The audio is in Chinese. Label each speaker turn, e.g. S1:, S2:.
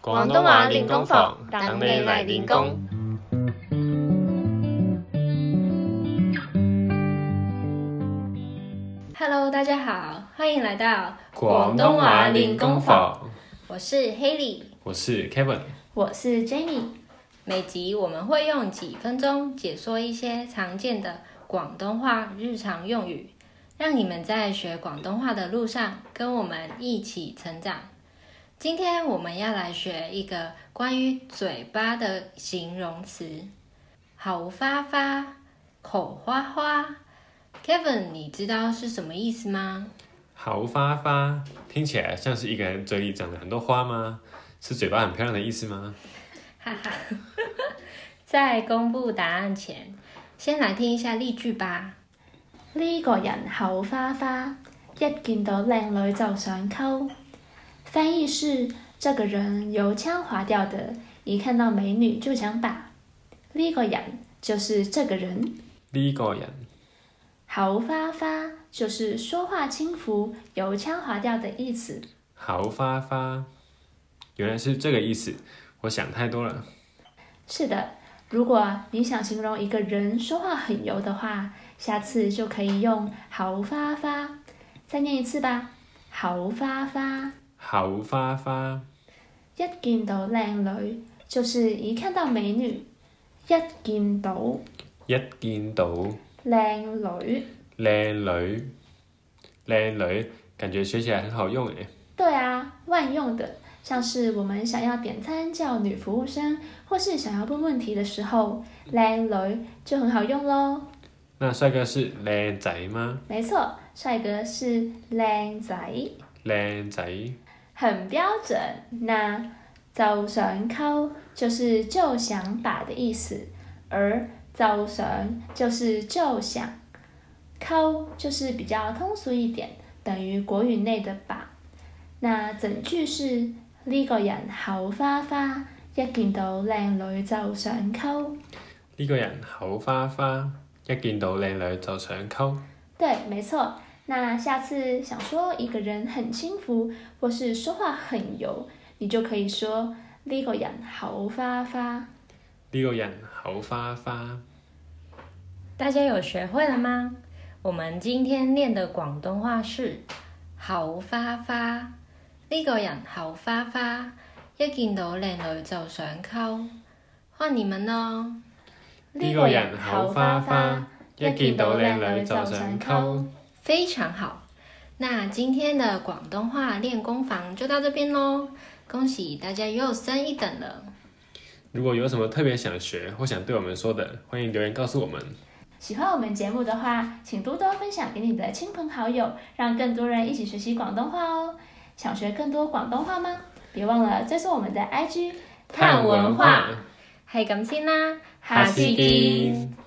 S1: 廣東話練功房，等你嚟練功。
S2: Hello，大家好，歡迎來到
S1: 廣東話練功房，
S2: 我是 Haley，
S1: 我是 Kevin。
S3: 我是 Jamie，
S2: 每集我們會用幾分鐘解說一些常見的廣東話日常用語，讓你們在學廣東話的路上跟我們一起成長。今天我們要來學一個關於嘴巴的形容詞，好發發，口花花。Kevin，你知道是什麼意思嗎？
S1: 好花花，聽起來像是一個人嘴裡長了很多花嗎？是嘴巴很漂亮的意思吗？
S2: 哈哈， 在公布答案前，先來聽一下例句吧。
S3: 呢個人口花花，一見到靚女就想溝。翻譯是：這個人油腔滑調的，一看到美女就想把。呢個人就是這個人，
S1: 呢個人
S3: 口花花就是說話輕浮、油腔滑調的意思。
S1: 好花花，原來是這個意思，我想太多了。
S3: 是的，如果你想形容一個人說話很油的話，下次就可以用口花花。再念一次吧，口花花。
S1: 好花花，
S3: 一見到靚女，就是一看到美女。一見到
S1: 一見到
S3: 靚女，
S1: 靚女，靚女，感覺學起來很好用誒。
S3: 對啊，萬用的，像是我們想要點餐叫女服務生，或是想要問問題的時候，靚女就很好用咯。
S1: 那帥哥是靚仔嗎？
S3: 沒錯，帥哥是靚仔，
S1: 靚仔
S3: 很標準。那就想溝就是就想把的意思，而就想就是就想，溝就是比較通俗一點，等於國語內的把。那整句是呢個人口花花，一見到靚女就想溝。
S1: 呢個人好花花，一見到靚女就想溝。
S3: 對，沒錯。那下次想說一個人很輕浮，或是說話很油，你就可以說呢個人口花花。
S1: 呢個人好花花，
S2: 大家有學會了嗎？我們今天練的廣東話是口花花，呢個人口花花，一見到靚女就想溝。換你們咯，
S1: 呢個人口花花，一見到靚女就想溝。
S2: 非常好。那今天的廣東話練功房就到這邊嘍，恭喜大家又升一等了。
S1: 如果有什麼特別想學或想對我們說的，歡迎留言告訴我們。
S3: 喜歡我們節目的話，請多多分享給你的親朋好友，讓更多人一起學習廣東話哦。想學更多廣東話嗎？別忘了追蹤我們的 IG。
S2: 嘆文化係咁先啦，下次見。